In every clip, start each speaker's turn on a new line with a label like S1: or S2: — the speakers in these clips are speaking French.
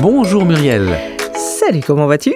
S1: Bonjour Muriel.
S2: Salut, comment vas-tu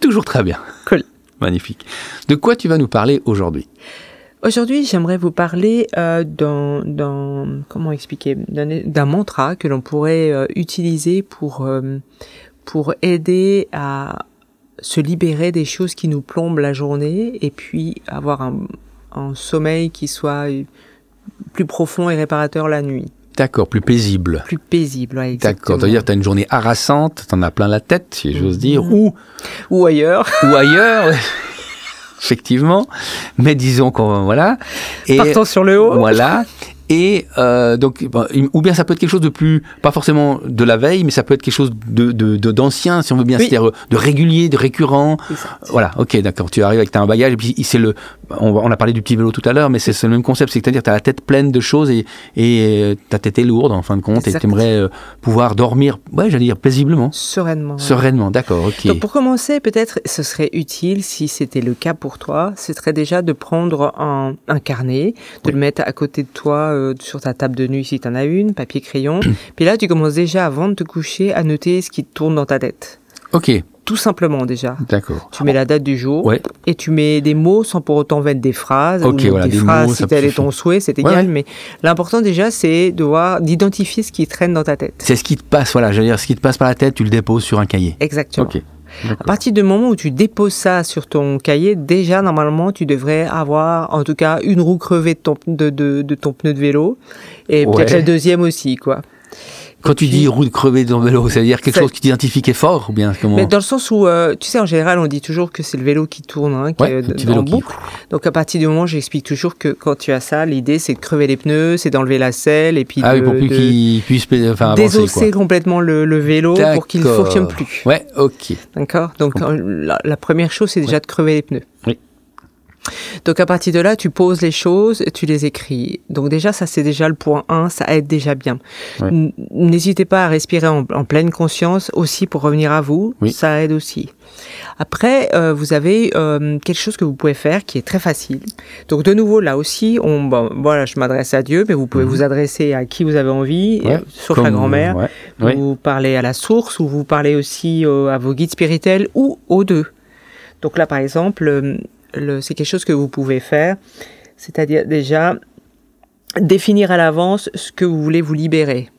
S1: Toujours très bien.
S2: Cool.
S1: Magnifique. De quoi tu vas nous parler aujourd'hui
S2: Aujourd'hui, j'aimerais vous parler euh, d'un, d'un- comment expliquer, d'un, d'un mantra que l'on pourrait euh, utiliser pour, euh, pour aider à se libérer des choses qui nous plombent la journée et puis avoir un, un sommeil qui soit euh, plus profond et réparateur la nuit,
S1: D'accord, plus paisible.
S2: plus paisible. ouais,
S1: D'accord,
S2: exactement.
S1: c'est-à-dire tu as une journée harassante, tu en as plein la tête, si j'ose dire,
S2: Mhm.
S1: ou,
S2: Ou ailleurs.
S1: ou ailleurs, effectivement, mais disons qu'on... Voilà. Et,
S2: Partons sur le haut.
S1: Voilà. Et euh, donc, bon, ou bien ça peut être quelque chose de plus, pas forcément de la veille, mais ça peut être quelque chose de de- de- d'ancien, si on veut bien,
S2: Oui.
S1: c'est-à-dire de régulier, de récurrent.
S2: C'est ça.
S1: Voilà, ok, d'accord. Tu arrives avec t'as un bagage, et puis c'est le. On, va- on a parlé du petit vélo tout à l'heure, mais c'est c'est le même concept, c'est-à-dire tu as la tête pleine de choses et, et euh, ta tête est lourde en fin de compte, et
S2: Exact.
S1: tu aimerais pouvoir dormir, ouais, j'allais dire paisiblement,
S2: Sereinement. ouais.
S1: sereinement, d'accord, ok.
S2: Donc pour commencer, peut-être ce serait utile, si c'était le cas pour toi, ce serait déjà de prendre un, un carnet, de
S1: Oui.
S2: le mettre à côté de toi euh, sur ta table de nuit si tu en as une, papier crayon. Puis là, tu commences déjà avant de te coucher à noter ce qui tourne dans ta tête.
S1: Ok,
S2: Tout simplement déjà.
S1: d'accord.
S2: Tu mets la date du jour
S1: Ouais.
S2: et tu mets des mots sans pour autant mettre des phrases.
S1: Ok,
S2: ou
S1: voilà,
S2: des
S1: des
S2: phrases,
S1: mots, ça
S2: si tel est
S1: suffit.
S2: ton souhait, c'est
S1: Ouais,
S2: égal.
S1: ouais.
S2: Mais l'important déjà, c'est de voir, d'identifier ce qui traîne dans ta tête.
S1: C'est ce qui te passe, voilà, j'allais dire, ce qui te passe par la tête, tu le déposes sur un cahier.
S2: Exactement.
S1: Ok.
S2: À partir du moment où tu déposes ça sur ton cahier, déjà normalement tu devrais avoir en tout cas une roue crevée de ton, de, de- de ton pneu de vélo et
S1: Ouais.
S2: peut-être la deuxième aussi quoi.
S1: Quand tu
S2: puis-
S1: dis roue de crever dans le vélo, c'est-à-dire quelque
S2: Ça-
S1: chose qui t'identifie qui est fort ou bien comment
S2: Mais dans le sens où euh, tu sais en général on dit toujours que c'est le vélo qui tourne hein, qui
S1: Ouais,
S2: est,
S1: le
S2: euh,
S1: petit
S2: en
S1: vélo qui-
S2: boucle. Donc à partir du moment j'explique toujours que quand tu as ça l'idée c'est de crever les pneus, c'est d'enlever la selle et puis
S1: Ah
S2: de,
S1: oui, pour plus
S2: de
S1: qu'il puisse pa- enfin, avancer quoi.
S2: désosser complètement le, le vélo pour qu'il ne
S1: D'accord.
S2: fonctionne plus.
S1: Ouais, ok.
S2: D'accord Donc euh, la, la première chose, c'est déjà de crever les pneus.
S1: Oui.
S2: Donc à partir de là, tu poses les choses, et tu les écris. Donc déjà, ça c'est déjà le point 1, ça aide déjà bien.
S1: Ouais.
S2: N- N'hésitez pas à respirer en, en pleine conscience aussi pour revenir à vous,
S1: Oui.
S2: ça aide aussi. Après, euh, vous avez euh, quelque chose que vous pouvez faire qui est très facile. Donc de nouveau, là aussi, on, bon, voilà, je m'adresse à Dieu, mais vous pouvez
S1: Mhm.
S2: vous adresser à qui vous avez envie,
S1: Ouais,
S2: euh, sauf
S1: Comme-
S2: la grand-mère.
S1: ouais, ouais.
S2: Vous parlez à la source ou vous parlez aussi euh, à vos guides spirituels ou aux deux. Donc là, par exemple, euh, le- c'est quelque chose que vous pouvez faire, c'est-à-dire déjà définir à l'avance ce que vous voulez vous libérer.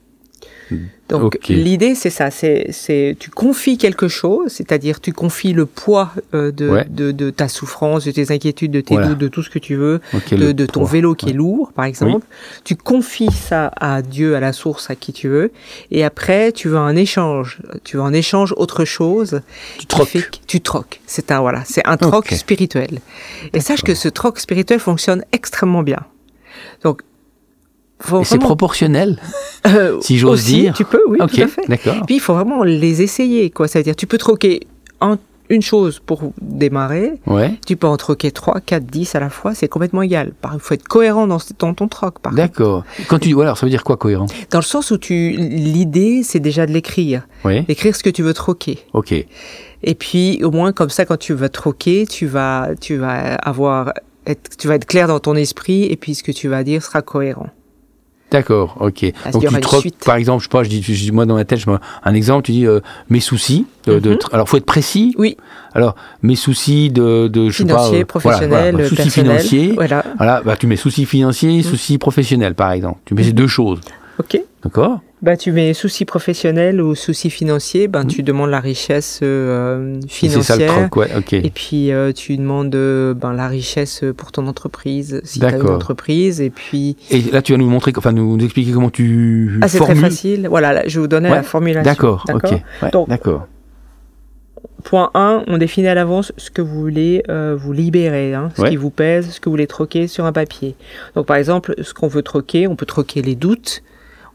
S2: Donc
S1: Hmm. Ok.
S2: l'idée c'est ça, c'est c'est- tu confies quelque chose, c'est-à-dire tu confies le poids euh, de,
S1: Ouais.
S2: de, de ta souffrance, de tes inquiétudes, de tes
S1: Voilà.
S2: doutes, de tout ce que tu veux,
S1: Ok,
S2: de,
S1: le
S2: de ton
S1: poids.
S2: vélo qui
S1: ouais.
S2: est lourd, par exemple. Tu confies ça à Dieu, à la source, à qui tu veux. Et après, tu veux un échange. Tu veux en échange autre chose.
S1: Tu
S2: qui
S1: troques.
S2: fait que- tu troques. C'est un, voilà, c'est un troc
S1: Ok.
S2: spirituel. Et sache
S1: D'accord.
S2: que ce troc spirituel fonctionne extrêmement bien. Donc, faut
S1: Et c'est
S2: vraiment-
S1: proportionnel,
S2: euh,
S1: si j'ose
S2: aussi,
S1: dire.
S2: Tu peux, oui,
S1: ok,
S2: tout à fait.
S1: d'accord.
S2: Puis il faut vraiment les essayer, quoi. C'est-à-dire, tu peux troquer un- une chose pour démarrer,
S1: Ouais,
S2: tu peux en troquer 3, 4, 10 à la fois, c'est complètement égal. Par- Il faut être cohérent dans, ce- dans ton troc, par contre.
S1: d'accord. Quand tu dis, voilà, ça veut dire quoi cohérent
S2: Dans le sens où tu, l'idée, c'est déjà de l'écrire.
S1: Oui,
S2: Écrire ce que tu veux troquer.
S1: ok.
S2: Et puis, au moins, comme ça, quand tu vas troquer, tu vas, tu vas avoir, être, tu vas être clair dans ton esprit, et puis ce que tu vas dire sera cohérent.
S1: D'accord, ok.
S2: Ah, il
S1: Donc
S2: y aura
S1: tu
S2: une
S1: troques,
S2: suite.
S1: par exemple, je sais pas, je dis, je dis- moi dans ma tête, je me- un exemple, tu dis euh, mes soucis. De, de-
S2: Mhm.
S1: tr- alors faut être précis.
S2: Oui.
S1: Alors mes soucis de, de je sais pas,
S2: Financier,
S1: euh, voilà,
S2: professionnel,
S1: voilà,
S2: euh,
S1: soucis
S2: personnel.
S1: financiers.
S2: Voilà.
S1: Voilà, bah, tu mets soucis financiers,
S2: Mhm.
S1: soucis professionnels, par exemple. Tu mets ces deux choses,
S2: OK.
S1: d'accord
S2: Bah, tu mets souci professionnel ou souci financier, ben, tu demandes la richesse euh,
S1: Mm. Et C'est ça le
S2: financière.
S1: troc, ouais, ok.
S2: Et puis euh, tu demandes euh, ben, la richesse pour ton entreprise, si tu as une
S1: D'accord.
S2: entreprise. Et puis,
S1: Et là, tu vas nous montrer, enfin, nous expliquer comment tu
S2: ah, c'est très
S1: formules.
S2: facile. Voilà, là, je vais vous donner
S1: Ouais,
S2: la formulation.
S1: D'accord, ok. Ouais,
S2: Donc-
S1: D'accord.
S2: Point 1, on définit à l'avance ce que vous voulez euh, vous libérer, hein, ce
S1: Ouais.
S2: qui vous pèse, ce que vous voulez troquer sur un papier. Donc par exemple, ce qu'on veut troquer, on peut troquer les doutes,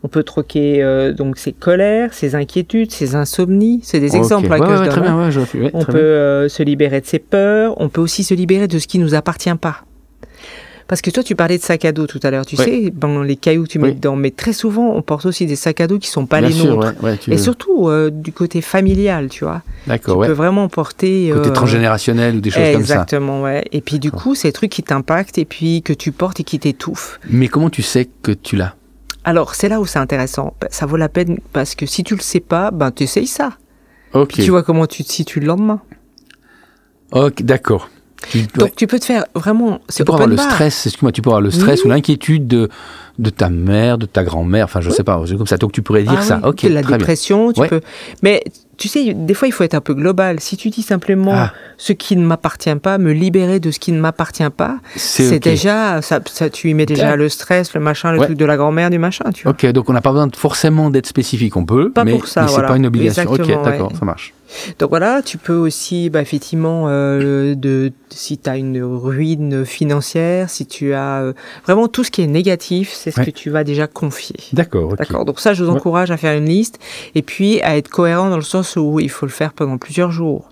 S2: on peut troquer euh, donc ses colères, ses inquiétudes, ses insomnies. C'est des
S1: Ok.
S2: exemples hein,
S1: Ouais,
S2: que
S1: ouais,
S2: je
S1: ouais,
S2: donne,
S1: très
S2: hein.
S1: bien, ouais, je- ouais,
S2: On
S1: très
S2: peut
S1: bien.
S2: euh, se libérer de ses peurs, on peut aussi se libérer de ce qui nous appartient pas. Parce que toi, tu parlais de sac à dos tout à l'heure, tu
S1: Ouais.
S2: sais, ben, les cailloux que tu mets
S1: Oui.
S2: dedans, mais très souvent, on porte aussi des sacs à dos qui sont pas
S1: Bien
S2: les
S1: sûr,
S2: nôtres.
S1: ouais, ouais, tu
S2: Et
S1: veux-
S2: surtout euh, du côté familial, tu vois. Tu
S1: D'accord, ouais.
S2: peux vraiment porter.
S1: Côté
S2: euh,
S1: transgénérationnel ou des choses comme ça.
S2: Exactement, ouais. Et puis du coup, c'est des trucs qui t'impactent et puis que tu portes et qui t'étouffent.
S1: Mais comment tu sais que tu l'as
S2: Alors, c'est là où c'est intéressant. Ben, Ça vaut la peine parce que si tu le sais pas, ben, tu essayes ça.
S1: Ok.
S2: Puis tu vois comment tu te situes le lendemain.
S1: Ok, d'accord. Tu- ouais.
S2: Donc, tu peux te faire vraiment,
S1: Tu
S2: c'est
S1: peux
S2: open
S1: avoir le
S2: bar.
S1: stress, excuse-moi, tu peux avoir le stress ou l'inquiétude de, de ta mère, de ta grand-mère, enfin je sais pas, c'est comme ça. Donc tu pourrais dire
S2: Ah
S1: ça.
S2: oui,
S1: Ok,
S2: de la
S1: très bien.
S2: dépression, tu
S1: Ouais.
S2: peux. Mais tu sais, des fois, il faut être un peu global. Si tu dis simplement
S1: Ah.
S2: ce qui ne m'appartient pas, me libérer de ce qui ne m'appartient pas, c'est
S1: ok.
S2: déjà, ça, ça, tu y mets déjà
S1: D'accord.
S2: le stress, le machin, le
S1: Ouais.
S2: truc de la grand-mère, du machin, tu vois.
S1: Ok, donc on n'a pas besoin de- forcément d'être spécifique, on peut,
S2: Pas
S1: mais,
S2: pour ça,
S1: mais c'est
S2: voilà.
S1: pas une obligation.
S2: Exactement,
S1: ok, d'accord,
S2: ouais.
S1: ça marche.
S2: Donc voilà, tu peux aussi, bah, effectivement, euh, de, si tu as une ruine financière, si tu as euh, vraiment tout ce qui est négatif, c'est ce
S1: Ouais.
S2: que tu vas déjà confier.
S1: D'accord, ok.
S2: D'accord. Donc ça, je vous
S1: Ouais.
S2: encourage à faire une liste et puis à être cohérent dans le sens où il faut le faire pendant plusieurs jours.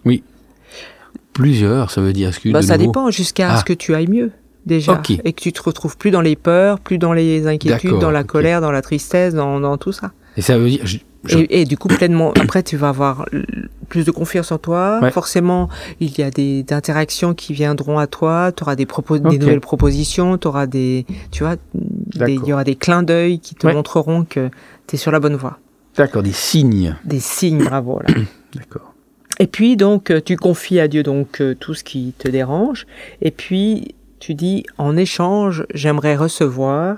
S1: Plusieurs, ça veut dire excuse
S2: Bah,
S1: de
S2: ça
S1: nouveau.
S2: dépend jusqu'à
S1: Ah.
S2: ce que tu ailles mieux déjà
S1: Ok.
S2: et que tu te retrouves plus dans les peurs, plus dans les inquiétudes,
S1: D'accord,
S2: dans la
S1: ok.
S2: colère, dans la tristesse, dans, dans tout ça.
S1: Et ça veut dire. je- je-
S2: Et, et du coup, pleinement, après, tu vas avoir l- plus de confiance en toi.
S1: Ouais.
S2: Forcément, il y a des, des interactions qui viendront à toi. Tu auras des, propos, des
S1: Ok.
S2: nouvelles propositions. Tu auras des, tu vois, des- il
S1: D'accord.
S2: y aura des clins d'œil qui te
S1: Ouais.
S2: montreront que tu es sur la bonne voie.
S1: D'accord, des signes.
S2: Des signes, bravo. Là.
S1: D'accord.
S2: Et puis donc euh, tu confies à Dieu donc euh, tout ce qui te dérange et puis tu dis en échange j'aimerais recevoir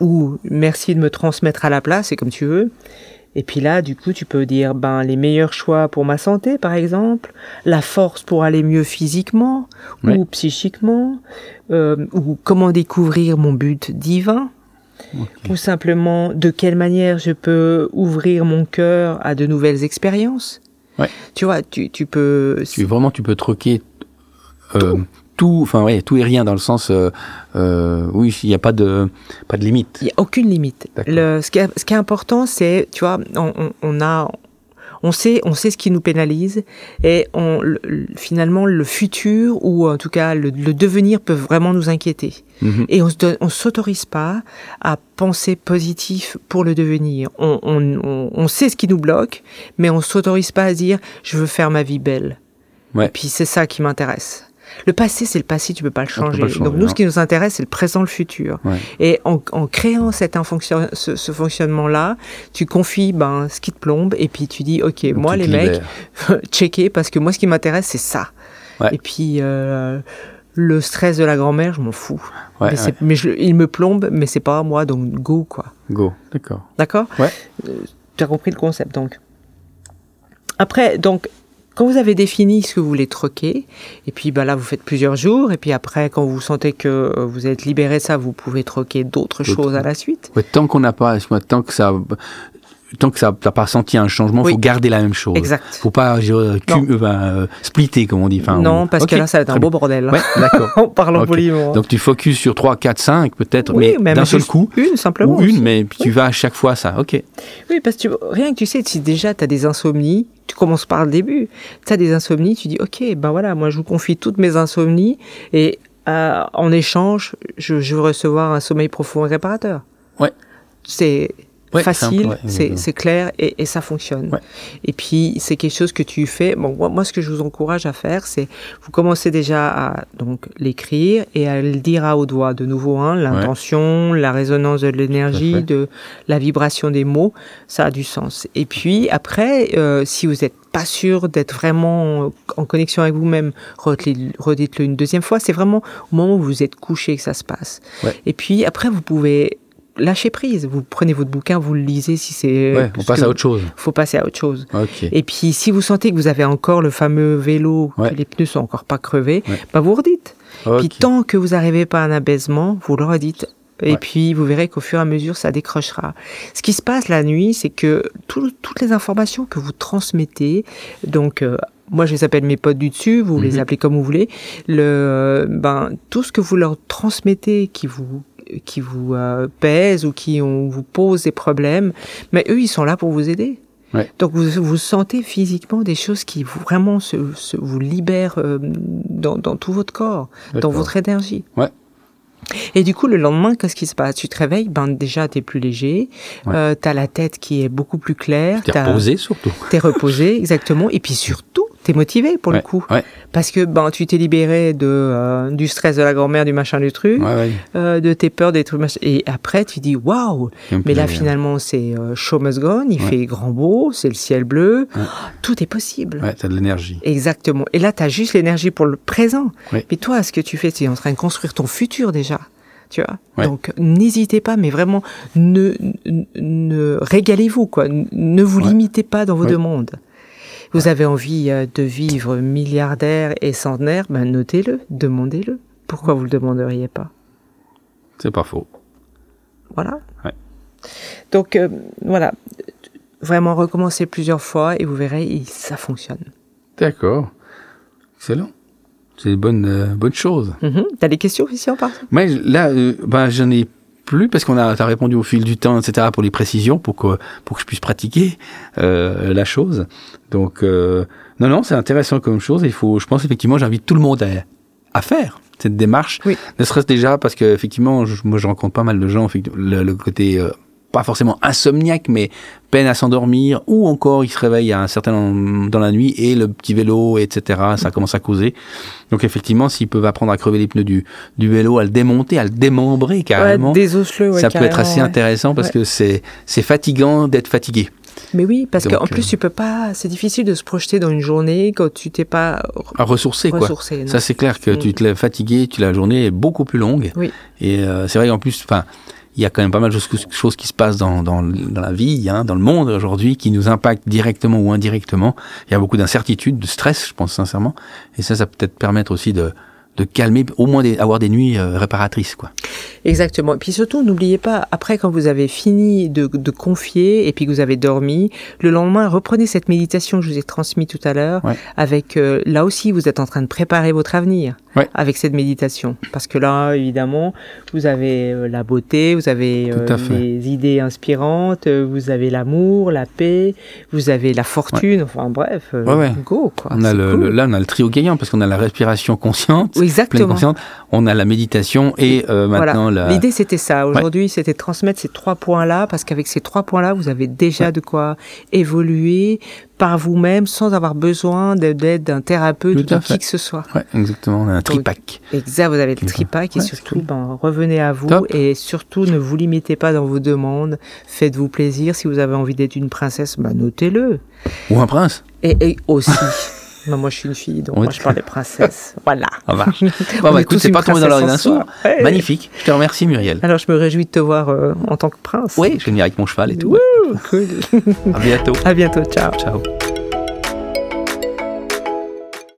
S2: ou merci de me transmettre à la place c'est comme tu veux et puis là du coup tu peux dire ben les meilleurs choix pour ma santé par exemple la force pour aller mieux physiquement
S1: Ouais.
S2: ou psychiquement euh, ou comment découvrir mon but divin
S1: Ok.
S2: ou simplement de quelle manière je peux ouvrir mon cœur à de nouvelles expériences.
S1: Ouais.
S2: Tu vois, tu, tu peux...
S1: Tu, vraiment, tu peux troquer euh, tout, enfin, ouais, tout et rien dans le sens. euh, euh, oui, il n'y a pas de, pas de limite.
S2: Il n'y a aucune limite.
S1: D'accord.
S2: Le, ce, qui est, ce qui est important, c'est, tu vois, on, on, on a... On sait, on sait ce qui nous pénalise et on, le- le- finalement le futur ou en tout cas le, le devenir peut vraiment nous inquiéter.
S1: Mhm.
S2: Et on se donne- on s'autorise pas à penser positif pour le devenir. On, on, on, on sait ce qui nous bloque, mais on s'autorise pas à dire je veux faire ma vie belle.
S1: Ouais.
S2: Et puis c'est ça qui m'intéresse. Le passé, c'est le passé, tu peux pas le
S1: On peut pas
S2: changer.
S1: le changer,
S2: Donc nous,
S1: non.
S2: ce qui nous intéresse, c'est le présent, le futur.
S1: Ouais.
S2: Et en, en créant cet infonction- ce, ce fonctionnement-là, tu confies ben, ce qui te plombe, et puis tu dis, ok,
S1: Donc,
S2: moi
S1: tu
S2: les
S1: te
S2: mecs,
S1: libères.
S2: checker parce que moi ce qui m'intéresse c'est ça.
S1: Ouais.
S2: Et puis euh, le stress de la grand-mère, je m'en fous.
S1: Ouais,
S2: mais
S1: ouais.
S2: c'est- mais je- il me plombe, mais c'est pas à moi, donc go quoi.
S1: Go. D'accord.
S2: D'accord
S1: Ouais.
S2: Tu as compris le concept donc. Après, donc, quand vous avez défini ce que vous voulez troquer, et puis bah, là vous faites plusieurs jours, et puis après quand vous sentez que euh, vous êtes libéré de ça, vous pouvez troquer d'autres
S1: D'autres.
S2: choses à la suite.
S1: Ouais, tant qu'on n'a pas, excuse-moi, tant que ça, tant que ça, t'as pas senti un changement,
S2: Oui.
S1: faut garder la même chose.
S2: Exact.
S1: Faut pas je dirais, cum- euh, ben, euh, splitter comme on dit. Enfin,
S2: non,
S1: on-
S2: parce
S1: Ok,
S2: que là ça va être un
S1: très
S2: beau bordel. hein.
S1: bien. Ouais, d'accord.
S2: en parlant
S1: Ok.
S2: poliment.
S1: Donc tu focuses sur 3, 4, 5 peut-être,
S2: Oui,
S1: mais
S2: même
S1: d'un seul
S2: juste
S1: coup.
S2: Une simplement.
S1: Ou une, mais tu vas à chaque fois à ça. Ok.
S2: Oui, parce que tu- rien que tu sais, si déjà tu as des insomnies, tu commences par le début. Tu as des insomnies, tu dis OK, ben voilà, moi je vous confie toutes mes insomnies et euh, en échange, je, je veux recevoir un sommeil profond et réparateur.
S1: Ouais.
S2: C'est
S1: Ouais,
S2: facile,
S1: simple, ouais,
S2: c'est
S1: exactement.
S2: c'est clair et, et ça fonctionne.
S1: Ouais.
S2: Et puis c'est quelque chose que tu fais. Bon, moi, moi, ce que je vous encourage à faire, c'est vous commencez déjà à donc l'écrire et à le dire à haute voix de nouveau hein, l'intention, la résonance de
S1: Tout à
S2: l'énergie,
S1: fait.
S2: de la vibration des mots, ça a du sens. Et puis après, euh, si vous n'êtes pas sûr d'être vraiment en connexion avec vous-même, retenez- redites-le une deuxième fois. C'est vraiment au moment où vous êtes couché que ça se passe.
S1: Ouais.
S2: Et puis après, vous pouvez lâcher prise. Vous prenez votre bouquin, vous le lisez si c'est.
S1: Ouais, on
S2: ce
S1: passe
S2: que-
S1: à autre chose.
S2: Faut passer à autre chose.
S1: Ok.
S2: Et puis, si vous sentez que vous avez encore le fameux vélo,
S1: Ouais.
S2: que les pneus sont encore pas crevés,
S1: Ouais.
S2: bah vous redites.
S1: Ok.
S2: Puis, tant que vous n'arrivez pas à un abaisement, vous le redites. Et
S1: Ouais.
S2: puis, vous verrez qu'au fur et à mesure, ça décrochera. Ce qui se passe la nuit, c'est que tout- toutes les informations que vous transmettez, donc, euh, moi, je les appelle mes potes du dessus, vous les
S1: Mhm.
S2: appelez comme vous voulez, le, ben, tout ce que vous leur transmettez qui vous qui vous euh, pèse ou qui on vous pose des problèmes, mais eux, ils sont là pour vous aider. Donc vous, vous sentez physiquement des choses qui vous- vraiment se, se- vous libèrent euh, dans, dans tout votre corps, dans
S1: D'accord.
S2: votre énergie.
S1: Ouais.
S2: Et du coup, le lendemain, qu'est-ce qui se passe Tu te réveilles, ben déjà, t'es plus léger,
S1: Ouais.
S2: euh, t'as la tête qui est beaucoup plus claire,
S1: T'es
S2: t'as-
S1: reposé surtout.
S2: t'es reposé, exactement, et puis surtout, t'es motivé pour
S1: Ouais,
S2: le coup.
S1: ouais.
S2: Parce que ben, tu t'es libéré de, euh, du stress de la grand-mère, du machin, du truc,
S1: Ouais, ouais.
S2: euh, de tes peurs, des trucs. machin. Et après, tu dis waouh!
S1: Et on peut
S2: Mais là,
S1: aller,
S2: finalement, c'est euh, show must go on, il
S1: Ouais.
S2: fait grand beau, c'est le ciel bleu,
S1: Ouais.
S2: tout est possible.
S1: Ouais, t'as de l'énergie.
S2: Exactement. Et là, tu as juste l'énergie pour le présent.
S1: Oui.
S2: Mais toi, ce que tu fais, tu es en train de construire ton futur déjà. Tu vois
S1: Ouais.
S2: Donc, n'hésitez pas, mais vraiment, ne, ne- ne régalez-vous, quoi. N- Ne vous
S1: Ouais.
S2: limitez pas dans vos
S1: Oui.
S2: demandes. Vous avez envie euh, de vivre milliardaire et centenaire, ben notez-le, demandez-le. Pourquoi vous le demanderiez pas
S1: C'est pas faux.
S2: Voilà.
S1: Ouais.
S2: Donc, euh, voilà. Vraiment, recommencez plusieurs fois et vous verrez, il- ça fonctionne.
S1: D'accord. Excellent. C'est une bonne, euh, bonne chose.
S2: Mhm. T'as des questions, Christian, par
S1: Mais là, euh, ben, j'en ai plus parce qu'on a t'as répondu au fil du temps, etc. pour les précisions, pour que, pour que je puisse pratiquer euh, la chose. Donc, euh, non, non, c'est intéressant comme chose. Il faut, je pense effectivement, j'invite tout le monde à, à faire cette démarche.
S2: Oui.
S1: Ne serait-ce déjà parce que effectivement, je, moi, je rencontre pas mal de gens. effectivement, Le, le côté euh, pas forcément insomniaque, mais peine à s'endormir, ou encore ils se réveillent à un certain dans la nuit et le petit vélo, etc.
S2: Mm-hmm.
S1: Ça commence à causer. Donc effectivement, s'ils peuvent apprendre à crever les pneus du, du vélo, à le démonter, à le démembrer carrément,
S2: Ouais, désosse-le, ouais,
S1: ça peut être
S2: carrément,
S1: assez
S2: ouais.
S1: intéressant parce
S2: Ouais.
S1: que c'est c'est fatigant d'être fatigué.
S2: Mais oui, parce
S1: Donc,
S2: qu'en
S1: euh,
S2: plus, tu peux pas. C'est difficile de se projeter dans une journée quand tu t'es pas re-
S1: À ressourcer quoi.
S2: ressourcé. non.
S1: Ça c'est clair que
S2: Mm.
S1: tu te lèves fatigué, tu la journée est beaucoup plus longue.
S2: Oui.
S1: Et euh, c'est vrai qu'en plus, enfin, il y a quand même pas mal de choses- choses qui se passent dans, dans, dans la vie, hein, dans le monde aujourd'hui, qui nous impactent directement ou indirectement. Il y a beaucoup d'incertitudes, de stress, je pense sincèrement. Et ça, ça peut peut-être permettre aussi de, de calmer, au moins des- avoir des nuits euh, réparatrices, quoi.
S2: Exactement. Et puis surtout, n'oubliez pas, après, quand vous avez fini de, de confier et puis que vous avez dormi, le lendemain, reprenez cette méditation que je vous ai transmise tout à l'heure.
S1: Ouais.
S2: Avec euh, là aussi, vous êtes en train de préparer votre avenir
S1: Ouais.
S2: avec cette méditation, parce que là, évidemment, vous avez euh, la beauté, vous avez
S1: Tout à
S2: euh,
S1: fait.
S2: des idées inspirantes, euh, vous avez l'amour, la paix, vous avez la fortune. Enfin bref, euh,
S1: Ouais, ouais.
S2: go quoi.
S1: On a
S2: C'est
S1: le,
S2: cool.
S1: le- là, on a le trio gagnant parce qu'on a la respiration consciente,
S2: Oui,
S1: pleine
S2: Exactement.
S1: consciente. On a la méditation et euh, maintenant
S2: Voilà.
S1: la.
S2: L'idée, c'était ça. Aujourd'hui, c'était de transmettre ces trois points-là, parce qu'avec ces trois points-là, vous avez déjà de quoi évoluer par vous-même sans avoir besoin de- d'aide d'un thérapeute
S1: Tout
S2: ou de
S1: à fait.
S2: qui que ce soit.
S1: Ouais, exactement. On a un tripack.
S2: Exact, vous avez le
S1: D'accord.
S2: tripac et
S1: Ouais, c'est
S2: surtout,
S1: cool.
S2: ben, revenez à vous
S1: Top.
S2: et surtout, ne vous limitez pas dans vos demandes. Faites-vous plaisir. Si vous avez envie d'être une princesse, ben, notez-le.
S1: Ou un prince.
S2: Et, et aussi. Ben, moi, je suis une fille, donc
S1: Oui.
S2: moi, je parle des princesses. Voilà.
S1: Ça marche. Bon,
S2: On
S1: bah,
S2: est
S1: écoute,
S2: tous
S1: c'est
S2: une
S1: pas tombé dans l'oreille d'un
S2: princesse hein. en
S1: sourd.
S2: soi. Ouais.
S1: Magnifique. Je te remercie, Muriel.
S2: Alors, je me réjouis de te voir euh, en tant que prince.
S1: Oui, je vais venir avec mon cheval et tout.
S2: Wouh, cool.
S1: À bientôt.
S2: À bientôt, ciao.
S1: Ciao.